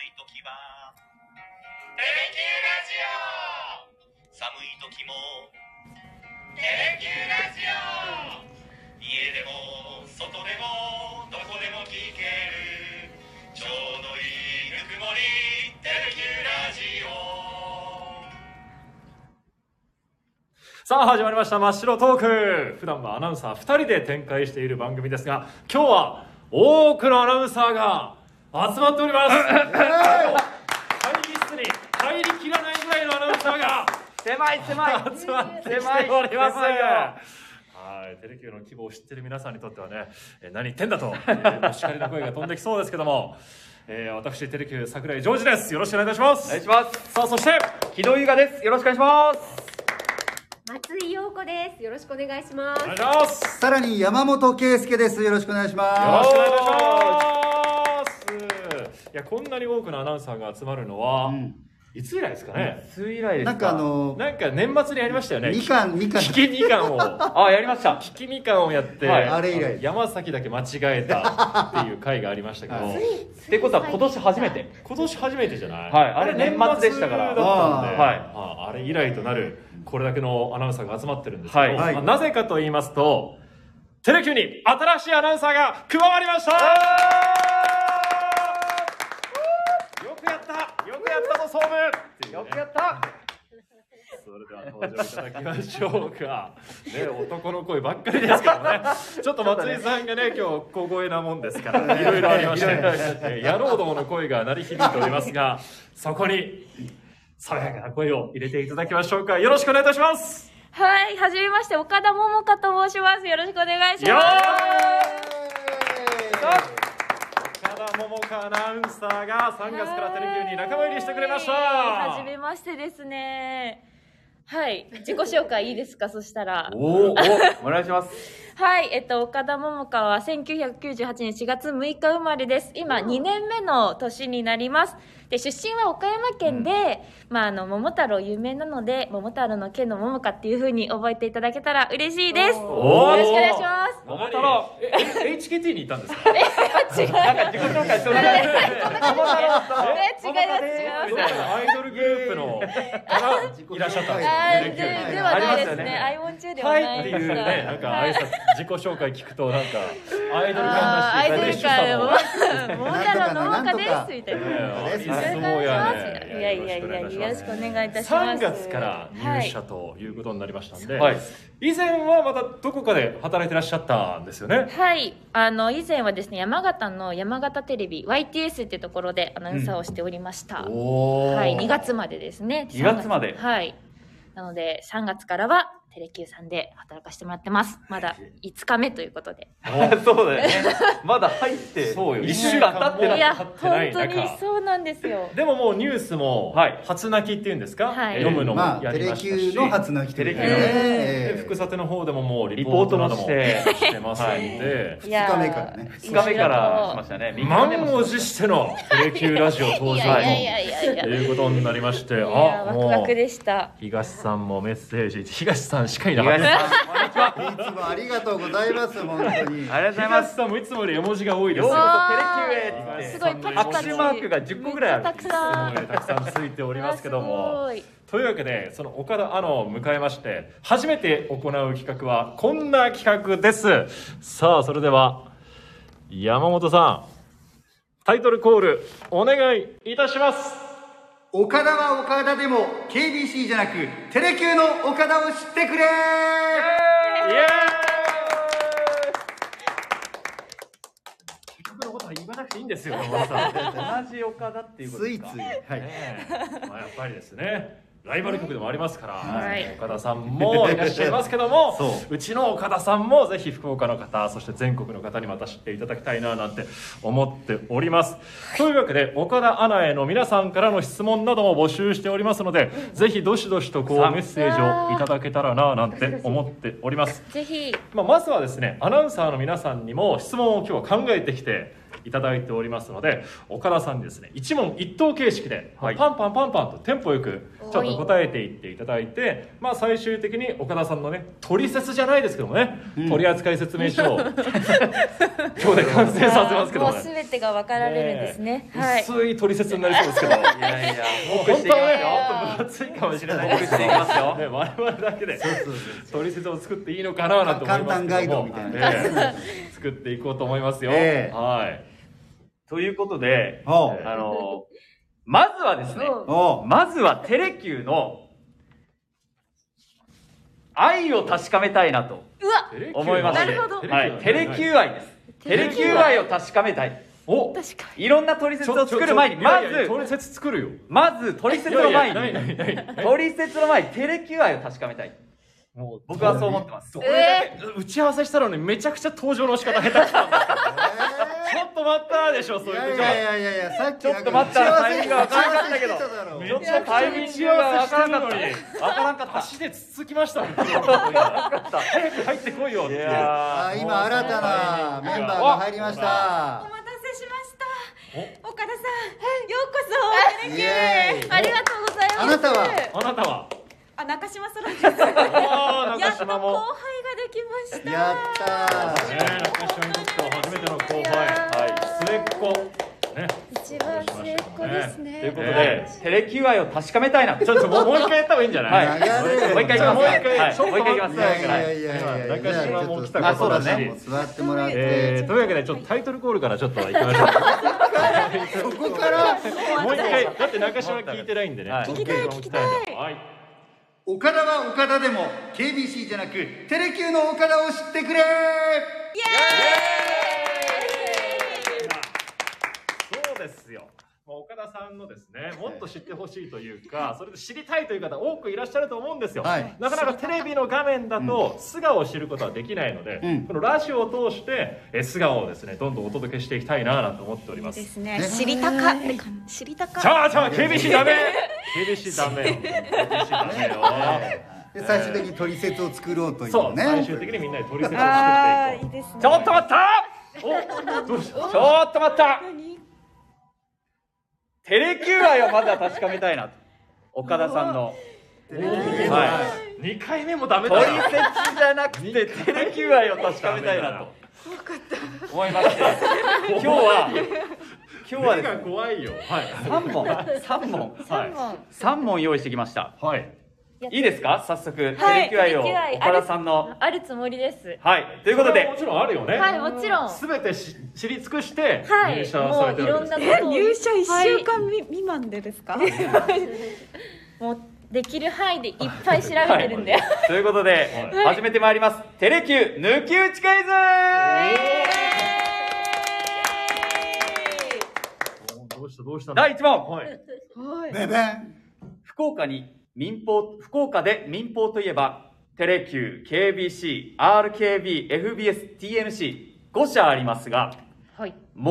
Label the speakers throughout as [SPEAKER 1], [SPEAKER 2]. [SPEAKER 1] はテレキューラジオ寒い時もテレキューラジオ家でも外でもどこでも聞けるちょうどいいぬくもりテレキューラジオ
[SPEAKER 2] さあ始まりました真っ白トーク普段はアナウンサー2人で展開している番組ですが今日は多くのアナウンサーが集まっております会議室に入りきらないぐらいのアナウンサーが
[SPEAKER 3] 狭い狭い
[SPEAKER 2] 集まってきて
[SPEAKER 3] 狭い
[SPEAKER 2] おります
[SPEAKER 3] 狭いよ
[SPEAKER 2] はいテレキューの規模を知ってる皆さんにとってはねえー何言ってんだと、 えーお叱りの声が飛んできそうですけども、えー私テレキュー桜井ジョージですよろしくお願いいたします
[SPEAKER 3] お願いします
[SPEAKER 2] さあそして
[SPEAKER 3] 木戸優雅ですよろしくお願いします
[SPEAKER 4] 松井陽子です。よろしくお願いします
[SPEAKER 2] お。願いします
[SPEAKER 5] さらに山本圭介です。よろしくお願いし
[SPEAKER 2] よろ
[SPEAKER 5] ま
[SPEAKER 2] し
[SPEAKER 5] す
[SPEAKER 2] く。お願いします。いやこんなに多くのアナウンサーが集まるのは、
[SPEAKER 5] うん
[SPEAKER 2] いつ以来ですかね。
[SPEAKER 3] つい以来ですか
[SPEAKER 5] なんかあの、
[SPEAKER 2] なんか年末にやりましたよね。
[SPEAKER 5] みかん、みかん。
[SPEAKER 2] 聞きみかんを。
[SPEAKER 3] あやりました
[SPEAKER 2] 聞きみかんをやって、
[SPEAKER 3] はい
[SPEAKER 5] あれ以来
[SPEAKER 2] 山崎だけ間違えたっていう回がありましたけ ど、
[SPEAKER 5] はい
[SPEAKER 3] ってことは今年初めて
[SPEAKER 2] 今年初めてじゃない、
[SPEAKER 3] はいあれ年末でしたから
[SPEAKER 2] 年末だったんで、
[SPEAKER 3] はい
[SPEAKER 2] ああれ以来となるこれだけのアナウンサーが集まってるんですけど、
[SPEAKER 3] はい
[SPEAKER 5] はい
[SPEAKER 2] まあなぜかと言いますとテレキューに新しいアナウンサーが加わりましたよくやったよくやったぞ総務っていうね
[SPEAKER 3] よくやった
[SPEAKER 2] それでは登場いただきましょう か。ね、男の声ばっかりですけどね。ちょっと松井さんがね、今日小声なもんですから、 ね、いろいろありまして、えー野郎どもの声が鳴り響いておりますが、そこに爽やかな声を入れていただきましょうか。よろしくお願いいたします。
[SPEAKER 6] はい、はじめまして、岡田桃香と申します。よろしくお願いし
[SPEAKER 2] よ
[SPEAKER 6] ま
[SPEAKER 2] ー岡田桃香アナウンサーが3
[SPEAKER 6] す。
[SPEAKER 2] 月からテレビューに仲間入りしてくれました。
[SPEAKER 6] はいはじめましてですね。はい、自己紹介いいですか、そしたら。
[SPEAKER 3] おおお願いします
[SPEAKER 6] はい、えっと、岡田桃香は1998年4月6日生まれです。今、2年目の年になります。で、出身は岡山県で、まあ、あの、桃太郎有名なので、桃太郎の県の桃香っていう風に覚えていただけたら嬉しいです。よ
[SPEAKER 2] おー
[SPEAKER 6] ろしくお願いします。
[SPEAKER 2] 桃太郎、え HKT にいたんですか
[SPEAKER 3] なんか自己紹介しておらない
[SPEAKER 6] え違います、違います。
[SPEAKER 2] アイドルグループのからいらっしゃったんです
[SPEAKER 6] あ
[SPEAKER 2] よ
[SPEAKER 6] ー
[SPEAKER 2] ねテ
[SPEAKER 6] で
[SPEAKER 2] レキューに
[SPEAKER 6] ではない
[SPEAKER 3] ありま
[SPEAKER 6] ですす
[SPEAKER 3] よね
[SPEAKER 6] ね。アイモン中では
[SPEAKER 2] は
[SPEAKER 6] ない
[SPEAKER 2] っ
[SPEAKER 6] い
[SPEAKER 2] て
[SPEAKER 6] で
[SPEAKER 2] いう
[SPEAKER 6] す。
[SPEAKER 2] ね、なんか挨拶、自己紹介聞くと、なんか、アイドル
[SPEAKER 6] あーア
[SPEAKER 2] 感
[SPEAKER 6] イ
[SPEAKER 2] だ
[SPEAKER 6] ド
[SPEAKER 2] し、
[SPEAKER 6] ル界
[SPEAKER 2] も
[SPEAKER 6] を、モータロの
[SPEAKER 5] なん
[SPEAKER 6] 農
[SPEAKER 5] とか
[SPEAKER 6] 家
[SPEAKER 5] な
[SPEAKER 6] ですみたいな。
[SPEAKER 5] なんとか
[SPEAKER 2] い
[SPEAKER 5] ね
[SPEAKER 6] よろしくお願いします。いやいやいや、よろしくお願いいたします。
[SPEAKER 2] 3月から入社
[SPEAKER 6] はい
[SPEAKER 2] ということになりましたんで、
[SPEAKER 3] はい
[SPEAKER 2] 以前はまたどこかで働いてらっしゃったんですよね。
[SPEAKER 6] はい、あの以前はですね山形の山形テレビ YTS ってところでアナウンサーをしておりました、
[SPEAKER 2] お
[SPEAKER 6] はい、2月までですね
[SPEAKER 3] 2月まで
[SPEAKER 6] はいなので3月からはテレキューさんで働かせてもらってますまだ5日目ということで
[SPEAKER 3] そうだよねまだ入って
[SPEAKER 2] そうよ
[SPEAKER 3] 一週間経って
[SPEAKER 2] や
[SPEAKER 3] ない
[SPEAKER 6] いや
[SPEAKER 2] 立ってない
[SPEAKER 6] 本当
[SPEAKER 2] 中
[SPEAKER 6] にそうなんですよ
[SPEAKER 2] でももうニュースも
[SPEAKER 3] はい、
[SPEAKER 2] 初泣きっていうんですか、
[SPEAKER 6] はい
[SPEAKER 2] 読むのも
[SPEAKER 5] ま
[SPEAKER 2] や
[SPEAKER 5] あ、テ
[SPEAKER 2] り
[SPEAKER 5] レ
[SPEAKER 2] まし
[SPEAKER 5] キ
[SPEAKER 2] た
[SPEAKER 5] ュ
[SPEAKER 2] し。
[SPEAKER 5] ーの初泣きということ
[SPEAKER 3] テレキ
[SPEAKER 5] で
[SPEAKER 3] ュー
[SPEAKER 5] え
[SPEAKER 6] の
[SPEAKER 2] で
[SPEAKER 5] え
[SPEAKER 2] 副査定の方でももうリポートなども
[SPEAKER 3] リポートもして
[SPEAKER 2] してますん で、
[SPEAKER 6] いや
[SPEAKER 5] 二日目からね
[SPEAKER 3] 二日目からしましたね三日
[SPEAKER 2] 満
[SPEAKER 3] 目も
[SPEAKER 2] を持してのテレキューラジオ登
[SPEAKER 6] い
[SPEAKER 2] 場
[SPEAKER 6] やいやいやいやいや
[SPEAKER 2] ということになりまして、
[SPEAKER 6] いや
[SPEAKER 2] あ、
[SPEAKER 6] ワク
[SPEAKER 2] も
[SPEAKER 6] ワク
[SPEAKER 2] う
[SPEAKER 6] でした。
[SPEAKER 2] 東さんもメッセージ、東さんしかいなかっ
[SPEAKER 3] 東
[SPEAKER 2] た。
[SPEAKER 3] さん
[SPEAKER 5] いつもありがとうございます。本当に。
[SPEAKER 3] ありがとうございま
[SPEAKER 2] 東
[SPEAKER 3] す
[SPEAKER 2] さんもいつもより絵文字が多いです
[SPEAKER 3] よう
[SPEAKER 2] よ。
[SPEAKER 3] こ
[SPEAKER 2] も
[SPEAKER 3] そテレキューへっ
[SPEAKER 6] す
[SPEAKER 3] て
[SPEAKER 6] ごいパチパチ。
[SPEAKER 3] 握手マークが10個ぐらいある
[SPEAKER 6] めっちゃたくさん。
[SPEAKER 2] うねたくさんついておりますけども。
[SPEAKER 6] あ。す
[SPEAKER 2] というわけで、その岡田アナを迎えまして、初めて行う企画はこんな企画です。さあ、それでは、山本さん、タイトルコール、お願いいたします。
[SPEAKER 5] 岡田は岡田でも、KBC じゃなく、テレキューの岡田を知ってく
[SPEAKER 2] イ
[SPEAKER 5] れ
[SPEAKER 2] エーイ企画のことは言わなくていいんですよ、山本さん。
[SPEAKER 3] 同じ岡田っていうこと
[SPEAKER 5] つ
[SPEAKER 3] です
[SPEAKER 5] いつ
[SPEAKER 3] か
[SPEAKER 5] い。はい。
[SPEAKER 2] ねえまあやっぱりですねライバル局でもありますから、
[SPEAKER 6] はい
[SPEAKER 2] 岡田さんもいらっしゃいますけども
[SPEAKER 5] そう
[SPEAKER 2] ちの岡田さんもぜひ福岡の方そして全国の方にまた知っていただきたいななんて思っておりますというわけで岡田アナへの皆さんからの質問なども募集しておりますのでぜひどしどしとこう
[SPEAKER 3] さあ
[SPEAKER 2] メッセージをいただけたらななんて思っております
[SPEAKER 6] ごい。ぜひ。
[SPEAKER 2] まあ、まずはですねアナウンサーの皆さんにも質問を今日は考えてきていただいておりますので岡田さんにですね一問一答形式で、
[SPEAKER 3] はい
[SPEAKER 2] パンパンパンパンとテンポよく
[SPEAKER 6] おい
[SPEAKER 2] ちょっと答えていっていただいて、まあ、最終的に岡田さんのね取説じゃないですけどもね、取扱説明 書を今日で完成させますけど
[SPEAKER 6] も
[SPEAKER 2] も
[SPEAKER 6] う
[SPEAKER 2] ね。
[SPEAKER 6] 全てが分かられるんですね。はい。
[SPEAKER 2] 薄い取説になりそうですけど。
[SPEAKER 3] いやいや、
[SPEAKER 2] もう
[SPEAKER 3] 報告
[SPEAKER 2] 本
[SPEAKER 3] して
[SPEAKER 2] 当
[SPEAKER 3] いき
[SPEAKER 2] は
[SPEAKER 3] ま
[SPEAKER 2] ね
[SPEAKER 3] す、よ。
[SPEAKER 2] アップ分厚いかもしれないです
[SPEAKER 3] 報告していきますよ
[SPEAKER 2] ね、我々だけで取説を作っていいのかななんて思い
[SPEAKER 5] 簡
[SPEAKER 2] ますけども
[SPEAKER 5] 単ガイドみたいな
[SPEAKER 2] ええ作っていこうと思いますよ。
[SPEAKER 5] ええ
[SPEAKER 2] はい。
[SPEAKER 3] ということで、
[SPEAKER 5] おう
[SPEAKER 3] あの、まずはですね、
[SPEAKER 5] おう
[SPEAKER 3] まずはテレキューの愛を確かめたいなと
[SPEAKER 6] うわ、
[SPEAKER 3] 思いまして、
[SPEAKER 6] なるほど
[SPEAKER 3] はい、テレキュー愛です。
[SPEAKER 6] テ
[SPEAKER 3] テ
[SPEAKER 6] レ
[SPEAKER 3] レ
[SPEAKER 6] キ
[SPEAKER 3] キュ
[SPEAKER 6] ュー
[SPEAKER 3] ー愛
[SPEAKER 6] 愛
[SPEAKER 3] を確かめたい。
[SPEAKER 2] お
[SPEAKER 6] 確か
[SPEAKER 3] いろんな取説を作る前に、まず、
[SPEAKER 2] 取説作るよ。
[SPEAKER 3] まず取説の前
[SPEAKER 2] いやいやない
[SPEAKER 3] に、
[SPEAKER 2] ないない
[SPEAKER 3] 取説の前にテレキュー愛を確かめたい。
[SPEAKER 2] もう
[SPEAKER 3] 僕はそう思ってます。
[SPEAKER 2] どれだけ打ち合わせしたのにめちゃくちゃ登場の仕方 下手くそなんですけどちょっと待ったでしょそう
[SPEAKER 5] い
[SPEAKER 2] いう時
[SPEAKER 5] やい
[SPEAKER 2] は
[SPEAKER 5] やいやいやいやさっき
[SPEAKER 3] ちょっと待ったらタイミングが分からなかったけど
[SPEAKER 5] 打ち合わせしてただろ
[SPEAKER 2] め
[SPEAKER 3] ちょっと
[SPEAKER 2] ちゃくちゃ
[SPEAKER 3] タイミングがわからなかった。わからなかった。
[SPEAKER 2] 足でつつきましたもん
[SPEAKER 3] 早く
[SPEAKER 2] 入ってこいよっていう
[SPEAKER 5] あ今新たなメンバーが入りまし
[SPEAKER 6] お
[SPEAKER 5] た
[SPEAKER 6] 待たせしました。岡田さん、ようこそテレキ
[SPEAKER 5] イ
[SPEAKER 6] ュ
[SPEAKER 5] エーイ
[SPEAKER 6] ーへ。ありがとうございます。
[SPEAKER 5] あなたは
[SPEAKER 2] あなたは
[SPEAKER 6] あ、中島空です。やっと後輩が
[SPEAKER 2] ああ中島も
[SPEAKER 6] できました。
[SPEAKER 5] やった
[SPEAKER 2] ね中島にとっては初めての後輩はい末っ子ね
[SPEAKER 6] 一番成功ですね。
[SPEAKER 3] ということ
[SPEAKER 2] え
[SPEAKER 3] で、テレキュー愛を確かめたいな。
[SPEAKER 2] ちょっともうもう一回やった方がいいんじゃない
[SPEAKER 3] はい
[SPEAKER 5] 流れる
[SPEAKER 3] もう一回行きます。
[SPEAKER 2] もう一回
[SPEAKER 3] はい
[SPEAKER 2] ちょっと
[SPEAKER 3] もう一回行きま
[SPEAKER 5] ー
[SPEAKER 3] す。
[SPEAKER 5] い
[SPEAKER 2] だ
[SPEAKER 5] や
[SPEAKER 2] か
[SPEAKER 5] い
[SPEAKER 2] ら
[SPEAKER 5] やいやいやい
[SPEAKER 2] 中
[SPEAKER 5] や
[SPEAKER 2] 島も来た
[SPEAKER 5] あそ
[SPEAKER 2] こ
[SPEAKER 5] う
[SPEAKER 2] と
[SPEAKER 5] だ
[SPEAKER 2] だし
[SPEAKER 5] ねもう座ってもらって
[SPEAKER 2] えーというわけでちょっとタイトルコールからちょっと行きましょう
[SPEAKER 5] ここから
[SPEAKER 2] もう一回だって中島聞いてないんでね
[SPEAKER 3] はい聞
[SPEAKER 2] きたい聞きたいはい
[SPEAKER 5] 岡田は岡田でも KBC じゃなくテレキューの岡田を知ってくれ
[SPEAKER 2] そうですよ。もう岡田さんのですね、もっと知ってほしいというか、 それで知りたいという方多くいらっしゃると思うんですよ。
[SPEAKER 5] はい
[SPEAKER 2] なかなかテレビの画面だと素顔を知ることはできないので、
[SPEAKER 5] うん
[SPEAKER 2] このラジオを通してえ素顔をですね、どんどんお届けしていきたいななんて思っております。
[SPEAKER 6] で
[SPEAKER 2] チ
[SPEAKER 6] すね
[SPEAKER 5] ね。
[SPEAKER 6] 知りたかってか知りたか。
[SPEAKER 2] ャーチャー厳しいダ メ。厳しいダメよ。厳しいダメよ。
[SPEAKER 5] で最終的に取説を作ろうとい
[SPEAKER 2] そうう、
[SPEAKER 5] ね
[SPEAKER 2] 最終的にみんなで取説を
[SPEAKER 6] ああ、
[SPEAKER 2] 作
[SPEAKER 6] いいですね。
[SPEAKER 3] ちょっと待った
[SPEAKER 2] っていこう。お、どうした？
[SPEAKER 3] ちょっと待ったテレキュー愛をまずは確かめたいなと。岡田さんの。は
[SPEAKER 2] 二回目もダメ
[SPEAKER 3] い。
[SPEAKER 2] だ
[SPEAKER 3] トリ
[SPEAKER 2] な。
[SPEAKER 3] セツじゃなくて、テレキュー愛を確かめたい なと。思いまして、今日は、 今日は
[SPEAKER 2] 目
[SPEAKER 3] です
[SPEAKER 2] が
[SPEAKER 3] ね、
[SPEAKER 2] 怖いよ。はい。
[SPEAKER 3] 3問、3問、
[SPEAKER 6] 三問。
[SPEAKER 3] 3問用意してきました。
[SPEAKER 2] はい。
[SPEAKER 3] いいですか早速、テレ
[SPEAKER 6] はい
[SPEAKER 3] キュー愛を
[SPEAKER 6] テレキュー愛
[SPEAKER 3] 岡田さんの。
[SPEAKER 6] あるつもりです。
[SPEAKER 3] はい。ということで
[SPEAKER 2] も、ちろんあるよね。
[SPEAKER 6] はい、もちろん。
[SPEAKER 2] すべてし知り尽くして
[SPEAKER 6] はい、
[SPEAKER 2] 入社さ
[SPEAKER 6] も
[SPEAKER 2] れ
[SPEAKER 6] う
[SPEAKER 2] て
[SPEAKER 6] い
[SPEAKER 2] るわ
[SPEAKER 6] ろ
[SPEAKER 2] け
[SPEAKER 6] ん
[SPEAKER 2] ですよ、
[SPEAKER 6] なことを
[SPEAKER 7] 入社一
[SPEAKER 6] はい
[SPEAKER 7] 週間み未満でですか？
[SPEAKER 6] もうできる範囲でいっぱい調べてるんで。
[SPEAKER 3] ということで、
[SPEAKER 6] はい
[SPEAKER 3] 始めてまいります。テレキュー抜き打ちクイズ
[SPEAKER 2] どうしたどうしたの
[SPEAKER 3] 第1問、
[SPEAKER 2] はい
[SPEAKER 7] はい。
[SPEAKER 5] ねべん
[SPEAKER 3] 福岡に民放、福岡で民放といえば、テレキュー、KBC、RKB、FBS、TNC、5社ありますが、
[SPEAKER 6] はい。
[SPEAKER 3] 最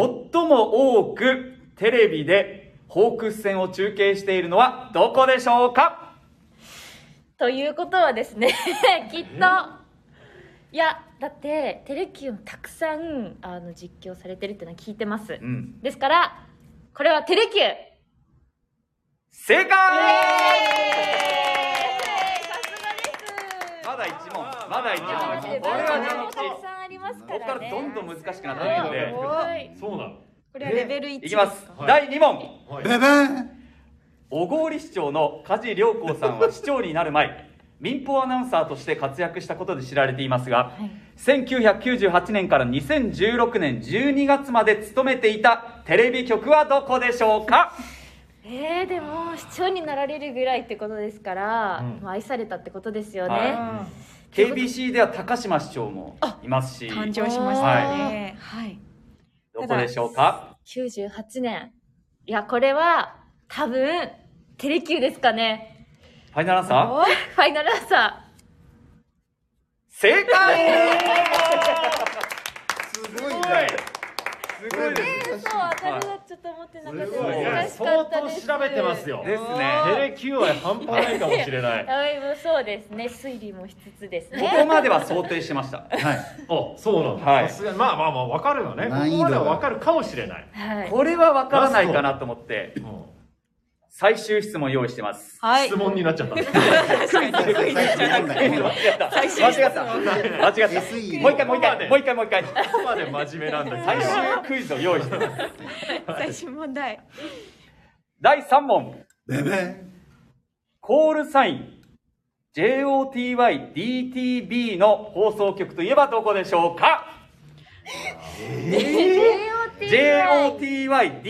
[SPEAKER 3] も多くテレビでホークス戦を中継しているのはどこでしょうか
[SPEAKER 6] ということはです ねきっといやだってテレキューもたくさんあの実況されてるっていうのは聞いてます、
[SPEAKER 3] ん
[SPEAKER 6] ですからこれはテレキュー
[SPEAKER 3] 正解
[SPEAKER 6] さす
[SPEAKER 3] まだ1問、まだ
[SPEAKER 6] がです
[SPEAKER 3] 1問。こ
[SPEAKER 6] こ
[SPEAKER 3] れ
[SPEAKER 6] れ
[SPEAKER 3] は
[SPEAKER 6] は
[SPEAKER 3] 人
[SPEAKER 6] た
[SPEAKER 3] 力
[SPEAKER 6] くさんあります
[SPEAKER 3] こ
[SPEAKER 6] か
[SPEAKER 3] こからら
[SPEAKER 6] ね
[SPEAKER 3] どんどん難しくなっていく
[SPEAKER 6] はい
[SPEAKER 3] ので、
[SPEAKER 6] はい
[SPEAKER 2] そうなの
[SPEAKER 7] これはレベル一。
[SPEAKER 3] いきます。
[SPEAKER 2] はい
[SPEAKER 3] 第2問。
[SPEAKER 2] はい
[SPEAKER 5] べべん
[SPEAKER 3] 小郡市長の梶良子さんは市長になる前、民放アナウンサーとして活躍したことで知られていますが、
[SPEAKER 6] はい
[SPEAKER 3] 1998年から2016年12月まで勤めていたテレビ局はどこでしょうか
[SPEAKER 6] えー、でも市長になられるぐらいってことですから、
[SPEAKER 2] うん
[SPEAKER 6] もう愛されたってことですよね、
[SPEAKER 3] は KBC では高島市長もいますし、
[SPEAKER 7] 誕生しましたね。はい。
[SPEAKER 3] どこでしょうか
[SPEAKER 6] 98年いやこれは多分テレキューですかね
[SPEAKER 3] ファイナルアンサー
[SPEAKER 6] ファイナルアンサ
[SPEAKER 3] 正解
[SPEAKER 5] すごいね
[SPEAKER 3] す
[SPEAKER 2] すごいです
[SPEAKER 6] えー、そう当たりだちょっと思ってなかった
[SPEAKER 2] すごいいや
[SPEAKER 6] 難しか
[SPEAKER 2] 相
[SPEAKER 6] ったです
[SPEAKER 2] 当調べてますよ
[SPEAKER 3] ですね
[SPEAKER 2] テレキュー愛半端ないかもしれ ない
[SPEAKER 6] だいぶそうですね推理もしつつです
[SPEAKER 3] こ
[SPEAKER 6] ね
[SPEAKER 3] こまでは想定してました
[SPEAKER 5] はい。
[SPEAKER 2] あそうなんだ、
[SPEAKER 3] はい
[SPEAKER 2] さすがにまあまあまあ分かるよねこ
[SPEAKER 5] 難
[SPEAKER 2] こ
[SPEAKER 5] 易
[SPEAKER 2] ま
[SPEAKER 5] 度が
[SPEAKER 2] では分かるかもしれない、
[SPEAKER 6] はい
[SPEAKER 3] これは分からないかなと思って
[SPEAKER 2] うん
[SPEAKER 3] 最終質問用意してます
[SPEAKER 7] はい
[SPEAKER 2] 質。問になっちゃ った
[SPEAKER 5] 最終問題
[SPEAKER 3] 間違った間
[SPEAKER 7] 最
[SPEAKER 3] 違
[SPEAKER 7] 終質問
[SPEAKER 3] った間違った
[SPEAKER 5] SE
[SPEAKER 3] もう一回もう一回もう一回もう一回
[SPEAKER 2] ここまで真面目なんだけ
[SPEAKER 3] 最
[SPEAKER 2] ど
[SPEAKER 3] 終クイズを用意してます
[SPEAKER 7] 最終問題。
[SPEAKER 3] 第3問
[SPEAKER 5] ベベン
[SPEAKER 3] コールサイン JOTYDTB の放送局といえばどこでしょうか ?JOTYDTBV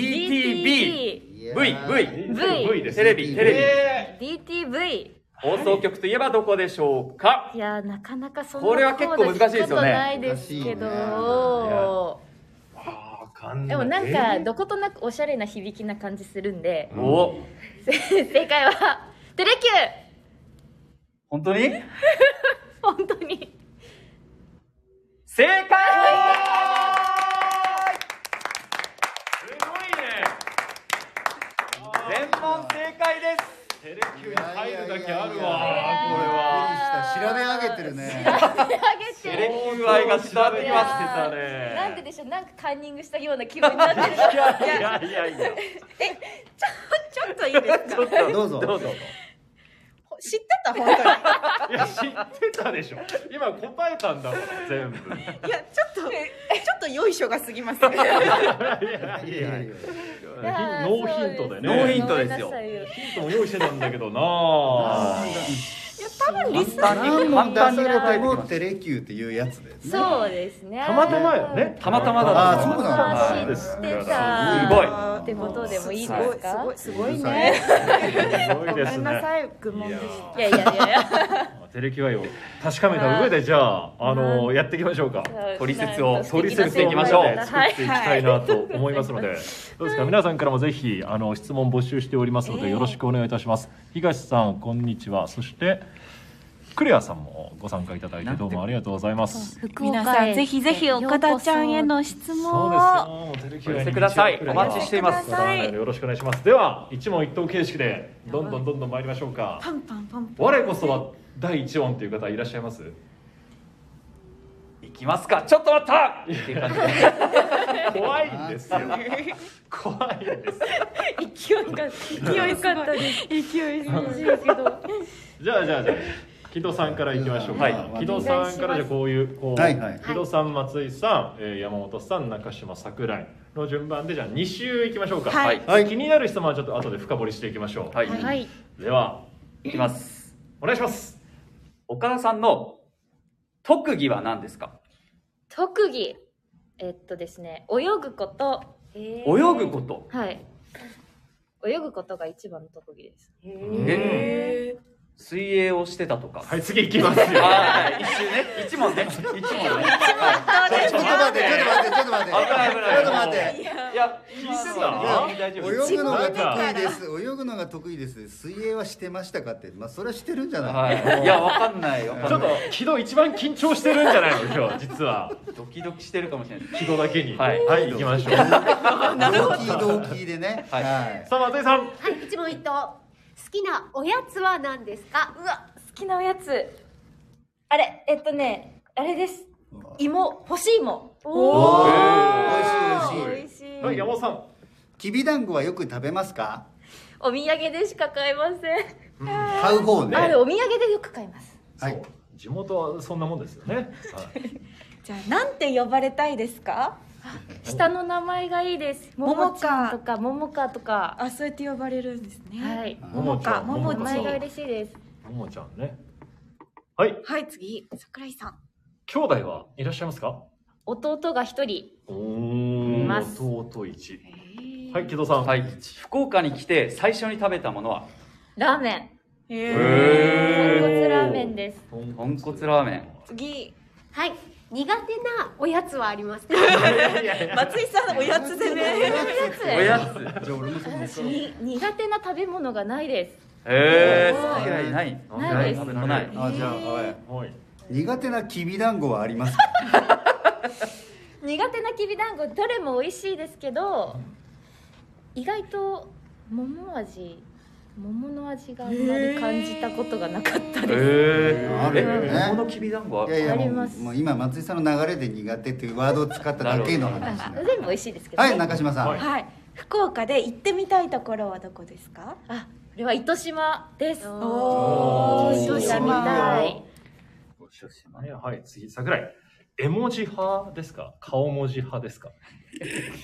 [SPEAKER 3] V
[SPEAKER 6] V
[SPEAKER 2] です
[SPEAKER 3] テレビテレ
[SPEAKER 6] DTV
[SPEAKER 3] ビ放送局といえばどこでしょうか
[SPEAKER 6] いやなかなかそんな
[SPEAKER 3] これは結構難しいですよね
[SPEAKER 6] ことないですけ
[SPEAKER 5] 難しい
[SPEAKER 6] ど
[SPEAKER 2] わかん
[SPEAKER 6] でもなんかどことなくおしゃれな響きな感じするんで
[SPEAKER 3] お
[SPEAKER 6] 正解はテレキ
[SPEAKER 3] 本当に
[SPEAKER 6] ュー本当に
[SPEAKER 3] 正解
[SPEAKER 2] すごいね
[SPEAKER 3] 全問正解で
[SPEAKER 2] テレキューに入るだけあるわ
[SPEAKER 6] これは
[SPEAKER 5] これはびっくりした調べ上げてるね
[SPEAKER 6] 上げ
[SPEAKER 3] す
[SPEAKER 6] て
[SPEAKER 3] テレキュー愛が伝わってきます
[SPEAKER 2] た
[SPEAKER 6] なんか
[SPEAKER 2] ね
[SPEAKER 6] でしょなんかカンニングしたような気分になってる
[SPEAKER 3] いやいやいやいや
[SPEAKER 7] ちょっといいですか。
[SPEAKER 3] ちょっと
[SPEAKER 5] どうぞ
[SPEAKER 3] どうぞ
[SPEAKER 7] 知ってた 本当
[SPEAKER 2] いや知ってたでしょ今答えたんだもん全部
[SPEAKER 7] に。いやちょっとちょっとよいしょが過ぎ ますね。
[SPEAKER 2] いやいやいや
[SPEAKER 6] いやー
[SPEAKER 2] ノーヒントでね
[SPEAKER 3] ノーヒントですよ
[SPEAKER 6] ごめんなさい
[SPEAKER 2] ヒントも用意してたんだけどなあ
[SPEAKER 3] 簡単に簡単に答えてき
[SPEAKER 5] 何本出されても
[SPEAKER 3] ます
[SPEAKER 5] テレキューっていうやつですね
[SPEAKER 6] そうですね
[SPEAKER 2] たまたまよね
[SPEAKER 3] たまたまだ
[SPEAKER 5] った
[SPEAKER 6] たまたま
[SPEAKER 5] あそうなんだ
[SPEAKER 6] 知って
[SPEAKER 3] す
[SPEAKER 6] た
[SPEAKER 3] ごい
[SPEAKER 6] ってことでもいいです
[SPEAKER 7] ごい
[SPEAKER 6] か
[SPEAKER 7] すごいすごいね。
[SPEAKER 2] すごい
[SPEAKER 7] ご
[SPEAKER 2] で
[SPEAKER 7] め
[SPEAKER 2] す
[SPEAKER 7] んな
[SPEAKER 2] ね
[SPEAKER 7] さい愚問でし
[SPEAKER 6] いやいやいやいや
[SPEAKER 2] テレキュー愛を確かめた上でじゃああのやっていきましょうか
[SPEAKER 3] トリセツを
[SPEAKER 2] 取
[SPEAKER 6] 取
[SPEAKER 2] り
[SPEAKER 6] り
[SPEAKER 2] セ
[SPEAKER 6] セ
[SPEAKER 2] ツをみんなで
[SPEAKER 6] は
[SPEAKER 2] 作っ
[SPEAKER 6] い
[SPEAKER 2] ていきたいなと思いますので、どうですか皆さんからもぜひあの質問募集しておりますのでよろしくお願いいたします。東さんこんにちは。そしてクレアさんもご参加いただいてどうもありがとうございます。
[SPEAKER 7] た。皆さんぜひぜひ岡田ちゃんへの質
[SPEAKER 2] そ
[SPEAKER 7] 問
[SPEAKER 2] うですよ
[SPEAKER 7] を。
[SPEAKER 2] もうテレキ
[SPEAKER 3] お
[SPEAKER 2] ュー
[SPEAKER 3] 寄
[SPEAKER 2] に
[SPEAKER 3] せくださいお待ちしていま
[SPEAKER 7] く
[SPEAKER 3] す
[SPEAKER 7] ださい
[SPEAKER 2] よろしくお願いします。では一問一答形式でどんどんどんどん参りましょうか。
[SPEAKER 7] パンパンパンパン。
[SPEAKER 2] 我こそは第一音という方いらっしゃいます。
[SPEAKER 3] いきますかちょっと待ったっていう感じで
[SPEAKER 2] 怖いんですよ。怖いんです。
[SPEAKER 6] 勢いが勢いよかったです勢い嬉しいけど
[SPEAKER 2] じゃあじゃあじゃあ木戸さんからいきましょうか、
[SPEAKER 5] はい
[SPEAKER 2] 木戸さんからじゃあこういうこう、
[SPEAKER 5] はいはい
[SPEAKER 2] 木戸さん松井さん、えー山本さん中島桜井の順番でじゃあ2週いきましょうか、
[SPEAKER 7] はい
[SPEAKER 5] はい
[SPEAKER 2] 気になる質問はちょっと後で深掘りしていきましょう、
[SPEAKER 3] はい、、
[SPEAKER 6] はいい
[SPEAKER 2] では
[SPEAKER 3] きます
[SPEAKER 2] お願いします
[SPEAKER 3] 岡田さんの特技は何ですか
[SPEAKER 6] 特技えっとですね泳ぐこと
[SPEAKER 3] 泳
[SPEAKER 6] 泳
[SPEAKER 3] ぐこと
[SPEAKER 6] はい泳ぐことが一番の特技です
[SPEAKER 3] え水泳をしてたとか
[SPEAKER 2] はい次いきますよ
[SPEAKER 3] はい一周ね一問ね一問ね
[SPEAKER 5] ちょっと待ってちょっと待ってちょっと待って
[SPEAKER 3] 危ない危ない
[SPEAKER 5] ちょっと待って
[SPEAKER 3] いや
[SPEAKER 2] 聞いて
[SPEAKER 5] あ
[SPEAKER 2] た
[SPEAKER 3] 大丈夫です
[SPEAKER 5] 泳ぐのが得意です泳ぐのが得意です水泳はしてましたかってまあそれはしてるんじゃない、
[SPEAKER 3] はい、いやわかんないわか
[SPEAKER 2] ちょ
[SPEAKER 3] んない
[SPEAKER 2] っと木戸一番緊張してるんじゃないの今日実は
[SPEAKER 3] ドキドキしてるかもしれない
[SPEAKER 2] 木戸だけに
[SPEAKER 3] はい
[SPEAKER 2] はい、行きましょう
[SPEAKER 5] 動機動機でね
[SPEAKER 3] はい
[SPEAKER 2] さあ松井さん
[SPEAKER 4] はい一問一答好きなおやつは何ですか
[SPEAKER 6] うわ好きなおやつあれえっとねあれです芋干し芋
[SPEAKER 7] おお。
[SPEAKER 5] 美味しい美味しい
[SPEAKER 7] しい
[SPEAKER 2] はい山本さん
[SPEAKER 5] きびだんごはよく食べますか
[SPEAKER 6] お土産でしか買えません、
[SPEAKER 5] 買う方ね
[SPEAKER 6] あれお土産でよく買います
[SPEAKER 5] はい
[SPEAKER 2] 地元はそんなもんですよね、はい
[SPEAKER 7] じゃあなんて呼ばれたいですか。
[SPEAKER 6] 下の名前がいいです
[SPEAKER 7] も
[SPEAKER 6] も
[SPEAKER 7] もか
[SPEAKER 6] もちゃんとかももかとか
[SPEAKER 7] あそうやって呼ばれるんですね。
[SPEAKER 6] はい
[SPEAKER 2] ももちゃん、
[SPEAKER 7] もも
[SPEAKER 6] 名
[SPEAKER 7] ちゃ
[SPEAKER 6] 前
[SPEAKER 7] ん
[SPEAKER 6] が嬉しいです
[SPEAKER 2] ももちゃんね。はい、
[SPEAKER 7] はい次桜井さん。
[SPEAKER 2] 兄弟はいらっしゃいますか。
[SPEAKER 6] 弟が一人
[SPEAKER 2] お
[SPEAKER 6] います
[SPEAKER 2] 弟一。はい、木戸さん。
[SPEAKER 3] はい、福岡に来て最初に食べたものは
[SPEAKER 6] ラーメン
[SPEAKER 2] へ
[SPEAKER 6] 豚
[SPEAKER 2] ー
[SPEAKER 6] 骨ラーメンです
[SPEAKER 3] 豚骨ラーメン
[SPEAKER 7] 次
[SPEAKER 4] はい苦手なおやつはありますか
[SPEAKER 7] 松井さんおやつでね。
[SPEAKER 5] お
[SPEAKER 3] おやつ
[SPEAKER 5] つじゃあ俺もその
[SPEAKER 6] 私に苦手な食べ物がないです
[SPEAKER 3] ええー、嫌いない
[SPEAKER 6] ないです
[SPEAKER 3] 食べ物ない
[SPEAKER 5] あじゃあはい
[SPEAKER 2] はい。
[SPEAKER 5] 苦手なきびだんごはありますか
[SPEAKER 6] 苦手なきびだんごどれも美味しいですけど意外と桃味桃の味があんまり感じたことがなかったです、
[SPEAKER 3] え
[SPEAKER 5] あるよね
[SPEAKER 3] 桃のきびだんごあ
[SPEAKER 5] いやい
[SPEAKER 3] る
[SPEAKER 5] や
[SPEAKER 6] あ
[SPEAKER 5] も
[SPEAKER 6] り
[SPEAKER 5] う
[SPEAKER 6] ます
[SPEAKER 5] もう今松井さんの流れで苦手というワードを使っただけの話だ
[SPEAKER 6] 全部美味しいですけど、
[SPEAKER 5] は
[SPEAKER 6] ね
[SPEAKER 5] い中島さん、
[SPEAKER 7] はい。福岡で行ってみたいところはどこですか？
[SPEAKER 6] あこれは糸島です
[SPEAKER 7] お
[SPEAKER 2] ー
[SPEAKER 6] 糸島みたい
[SPEAKER 2] はいはい、次、桜井。絵文字派ですか顔文字派ですか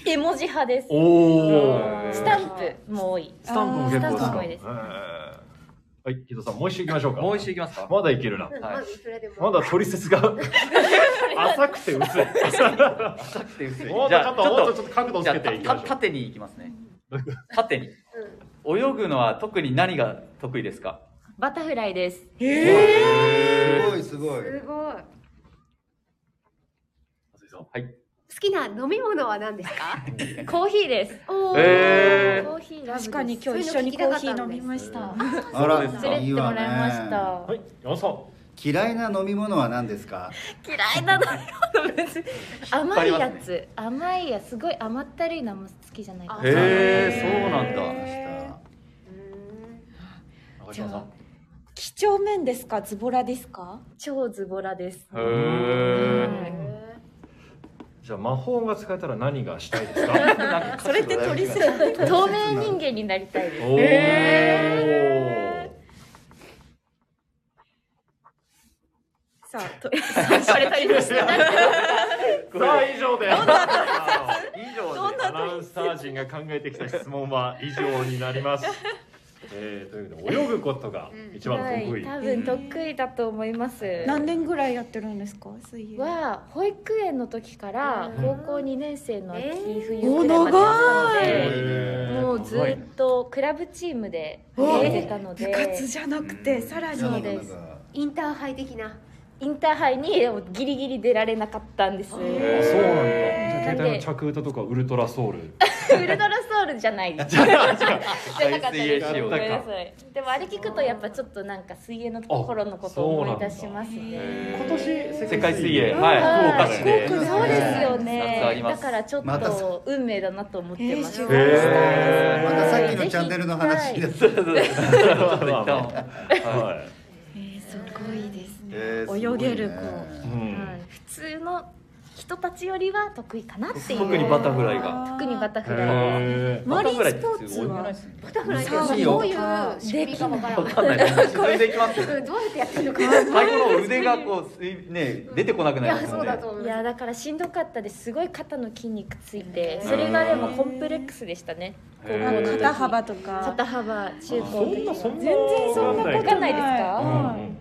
[SPEAKER 6] 絵文字派です
[SPEAKER 2] お
[SPEAKER 3] ー
[SPEAKER 6] スタンプも多い
[SPEAKER 2] スタンプも結構です
[SPEAKER 6] スタンプ
[SPEAKER 2] か
[SPEAKER 6] も多いです
[SPEAKER 2] へーはい、木戸さん、もう一周行きましょうか。
[SPEAKER 3] もう一周いきますか
[SPEAKER 2] まだいけるな。
[SPEAKER 4] うん
[SPEAKER 3] はい
[SPEAKER 4] まずいくらでも。
[SPEAKER 2] まだ取説が浅くて薄い。
[SPEAKER 3] 浅くて薄い
[SPEAKER 2] もう
[SPEAKER 3] じ
[SPEAKER 2] ちょ
[SPEAKER 3] ゃ
[SPEAKER 2] っ
[SPEAKER 3] あ
[SPEAKER 2] と、もうちょっ
[SPEAKER 3] ちょ
[SPEAKER 2] と
[SPEAKER 3] っ
[SPEAKER 2] 角度
[SPEAKER 3] と
[SPEAKER 2] を
[SPEAKER 3] じ
[SPEAKER 2] つ
[SPEAKER 3] ゃあ
[SPEAKER 2] けていきま
[SPEAKER 3] た
[SPEAKER 2] しょう。
[SPEAKER 3] 縦に行きますね縦に
[SPEAKER 4] うん
[SPEAKER 3] 泳ぐのは特に何が得意ですか
[SPEAKER 6] バタフライです
[SPEAKER 5] すごいすごい
[SPEAKER 4] すごい。
[SPEAKER 2] 松井さん
[SPEAKER 3] はい
[SPEAKER 4] 好きな飲み物は何ですか？
[SPEAKER 6] コーヒーです
[SPEAKER 4] お
[SPEAKER 3] え
[SPEAKER 6] コーヒーラブです
[SPEAKER 7] 確かに今日一緒にコーヒー飲みました。
[SPEAKER 5] あ
[SPEAKER 3] そうです
[SPEAKER 5] ら
[SPEAKER 3] か
[SPEAKER 6] 連れてってもらいまし
[SPEAKER 5] いいわね
[SPEAKER 6] た
[SPEAKER 2] はい、山田さん。
[SPEAKER 5] 嫌いな飲み物は何ですか
[SPEAKER 6] 嫌いなのよ別に甘い
[SPEAKER 3] 引っ張り
[SPEAKER 6] や
[SPEAKER 3] ます
[SPEAKER 6] つ、甘いやつすごい甘ったるいのも好きじゃないです
[SPEAKER 4] あ
[SPEAKER 3] へえそうなんだ
[SPEAKER 5] 明
[SPEAKER 2] 中島さん。
[SPEAKER 7] 几帳面ですか？ズボラですか？
[SPEAKER 6] 超ズボラです
[SPEAKER 3] へ
[SPEAKER 4] うーん
[SPEAKER 2] じゃあ、魔法が使えたら何がしたいです か
[SPEAKER 7] それって取りすぎ。
[SPEAKER 6] 透明人間になりたいです
[SPEAKER 2] おー。
[SPEAKER 7] さあと
[SPEAKER 6] されたりました
[SPEAKER 2] さあ以上で
[SPEAKER 3] 以上
[SPEAKER 7] どんな
[SPEAKER 2] アナウンサー陣が考えてきた質問は以上になります。 えー、ということで泳ぐことが一番
[SPEAKER 6] は
[SPEAKER 2] 得
[SPEAKER 6] い
[SPEAKER 2] 意。
[SPEAKER 6] 多分得意だと思います
[SPEAKER 7] 何年ぐらいやってるんですか？水泳。
[SPEAKER 6] は保育園の時から
[SPEAKER 4] うん
[SPEAKER 6] 高校2年生の秋
[SPEAKER 4] えー
[SPEAKER 6] 冬くらいまでやって
[SPEAKER 2] えー
[SPEAKER 6] たのでもうずっとクラブチームで
[SPEAKER 7] お
[SPEAKER 6] やってたの
[SPEAKER 7] 部
[SPEAKER 6] で
[SPEAKER 7] 活じゃなくてさら
[SPEAKER 5] 日
[SPEAKER 7] に。
[SPEAKER 5] さ
[SPEAKER 6] そ
[SPEAKER 5] ん
[SPEAKER 6] うです
[SPEAKER 5] いやなんか
[SPEAKER 4] インターハイ的な。
[SPEAKER 6] インターハイにギリギリ出られなかったんです
[SPEAKER 4] へ
[SPEAKER 2] あそうなんだ。
[SPEAKER 6] ー
[SPEAKER 2] じゃあ携帯の着歌とかウルトラソウル。
[SPEAKER 6] ウルトラソウルじゃない です。じゃなかった
[SPEAKER 3] 水泳
[SPEAKER 6] です。
[SPEAKER 3] 仕様
[SPEAKER 6] ごめんな
[SPEAKER 3] で
[SPEAKER 6] さい。でもあれ聞くとやっぱちょっとなんか水泳の頃のことを思い出しますね。
[SPEAKER 2] 今年
[SPEAKER 3] 世界水泳
[SPEAKER 2] うん
[SPEAKER 3] はい
[SPEAKER 6] は
[SPEAKER 3] 福
[SPEAKER 6] い
[SPEAKER 3] 岡市で
[SPEAKER 5] 福岡
[SPEAKER 6] そうですよ
[SPEAKER 3] 夏あり
[SPEAKER 6] ね。
[SPEAKER 3] ま
[SPEAKER 6] だ
[SPEAKER 3] す
[SPEAKER 6] からちょっ
[SPEAKER 5] また
[SPEAKER 6] と運命だなと思ってます。
[SPEAKER 7] えー
[SPEAKER 2] へ
[SPEAKER 5] ま
[SPEAKER 2] え
[SPEAKER 5] たさっきのチャンネルの話
[SPEAKER 6] ぜ
[SPEAKER 5] です、
[SPEAKER 6] ひ
[SPEAKER 3] ちょっと一旦
[SPEAKER 2] ー。は
[SPEAKER 7] えーすごいですね。
[SPEAKER 5] えー
[SPEAKER 7] 泳げる子
[SPEAKER 5] すごいね
[SPEAKER 2] い。うん
[SPEAKER 6] はい普通の人たちよりは得意かなっていう。
[SPEAKER 3] 特にバタフライが
[SPEAKER 6] 特にバタフライ。
[SPEAKER 2] へ
[SPEAKER 7] マリンスポーツは
[SPEAKER 4] バタフライって
[SPEAKER 7] そう
[SPEAKER 4] どういう仕組みかわから
[SPEAKER 3] わ
[SPEAKER 4] ない。
[SPEAKER 3] かんないです自分でいきますよ
[SPEAKER 4] うんどうやってやってるのか。
[SPEAKER 3] 最後の腕がこうすいね出てこなく
[SPEAKER 4] い
[SPEAKER 3] な
[SPEAKER 4] や
[SPEAKER 3] ります
[SPEAKER 4] そ
[SPEAKER 3] よ
[SPEAKER 4] うだ
[SPEAKER 3] ね
[SPEAKER 4] と思い
[SPEAKER 6] い
[SPEAKER 4] ま
[SPEAKER 6] や
[SPEAKER 4] す。
[SPEAKER 6] だからしんどかったですすごい肩の筋肉ついてそれがでもコンプレックスでしたね
[SPEAKER 3] へー
[SPEAKER 7] あの肩幅とか。
[SPEAKER 6] 肩幅中
[SPEAKER 2] ー。そ
[SPEAKER 6] 高
[SPEAKER 2] んなそんな
[SPEAKER 6] 全然そんな
[SPEAKER 2] わ
[SPEAKER 6] わ
[SPEAKER 2] か
[SPEAKER 6] か
[SPEAKER 2] んな
[SPEAKER 6] んないいですか、
[SPEAKER 2] うんうんうん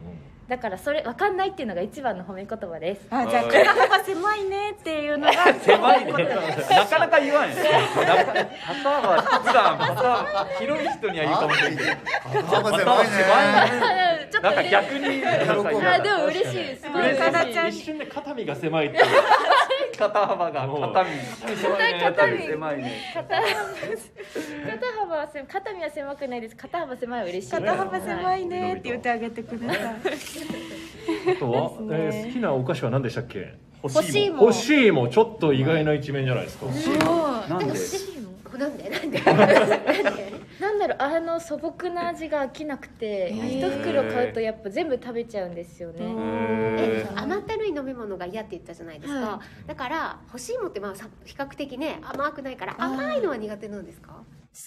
[SPEAKER 6] だからそれわかんないっていうのが一番の褒め言葉です
[SPEAKER 7] あじゃあ肩幅狭いねっていうのが
[SPEAKER 3] 狭いねなかなか言わない肩は普段肩広い人には言うかもしれないけど
[SPEAKER 5] パパ狭いね
[SPEAKER 6] ちょっ
[SPEAKER 3] な
[SPEAKER 6] と
[SPEAKER 3] んか
[SPEAKER 6] 嬉しい
[SPEAKER 3] 逆に
[SPEAKER 6] あでも嬉しいですごい
[SPEAKER 3] 嬉しい
[SPEAKER 6] 肩
[SPEAKER 7] ちゃん
[SPEAKER 2] 一瞬で肩身が狭いっていう。
[SPEAKER 3] 肩幅が肩身
[SPEAKER 6] 肩身
[SPEAKER 3] 狭いね
[SPEAKER 6] 肩幅は狭い肩身は狭くないです肩幅狭いは嬉しい
[SPEAKER 7] 肩幅
[SPEAKER 6] は
[SPEAKER 7] 狭いねって言ってあげてください。
[SPEAKER 2] あとは
[SPEAKER 7] です、ね
[SPEAKER 2] えー好きなお菓子は何でしたっけ
[SPEAKER 3] 欲しいもん
[SPEAKER 2] 欲しいもちょっと意外な一面じゃないですか、
[SPEAKER 3] なんで
[SPEAKER 4] こなんでなんでなんで。
[SPEAKER 6] なんだろうあの素朴な味が飽きなくて一袋買うとやっぱ全部食べちゃうんですよね
[SPEAKER 4] え
[SPEAKER 3] へー
[SPEAKER 4] 甘ったるい飲み物が嫌って言ったじゃないですか、
[SPEAKER 7] は
[SPEAKER 4] だから欲しいもんってまあさ比較的ね甘くないから甘いのは苦手なんですか
[SPEAKER 6] 好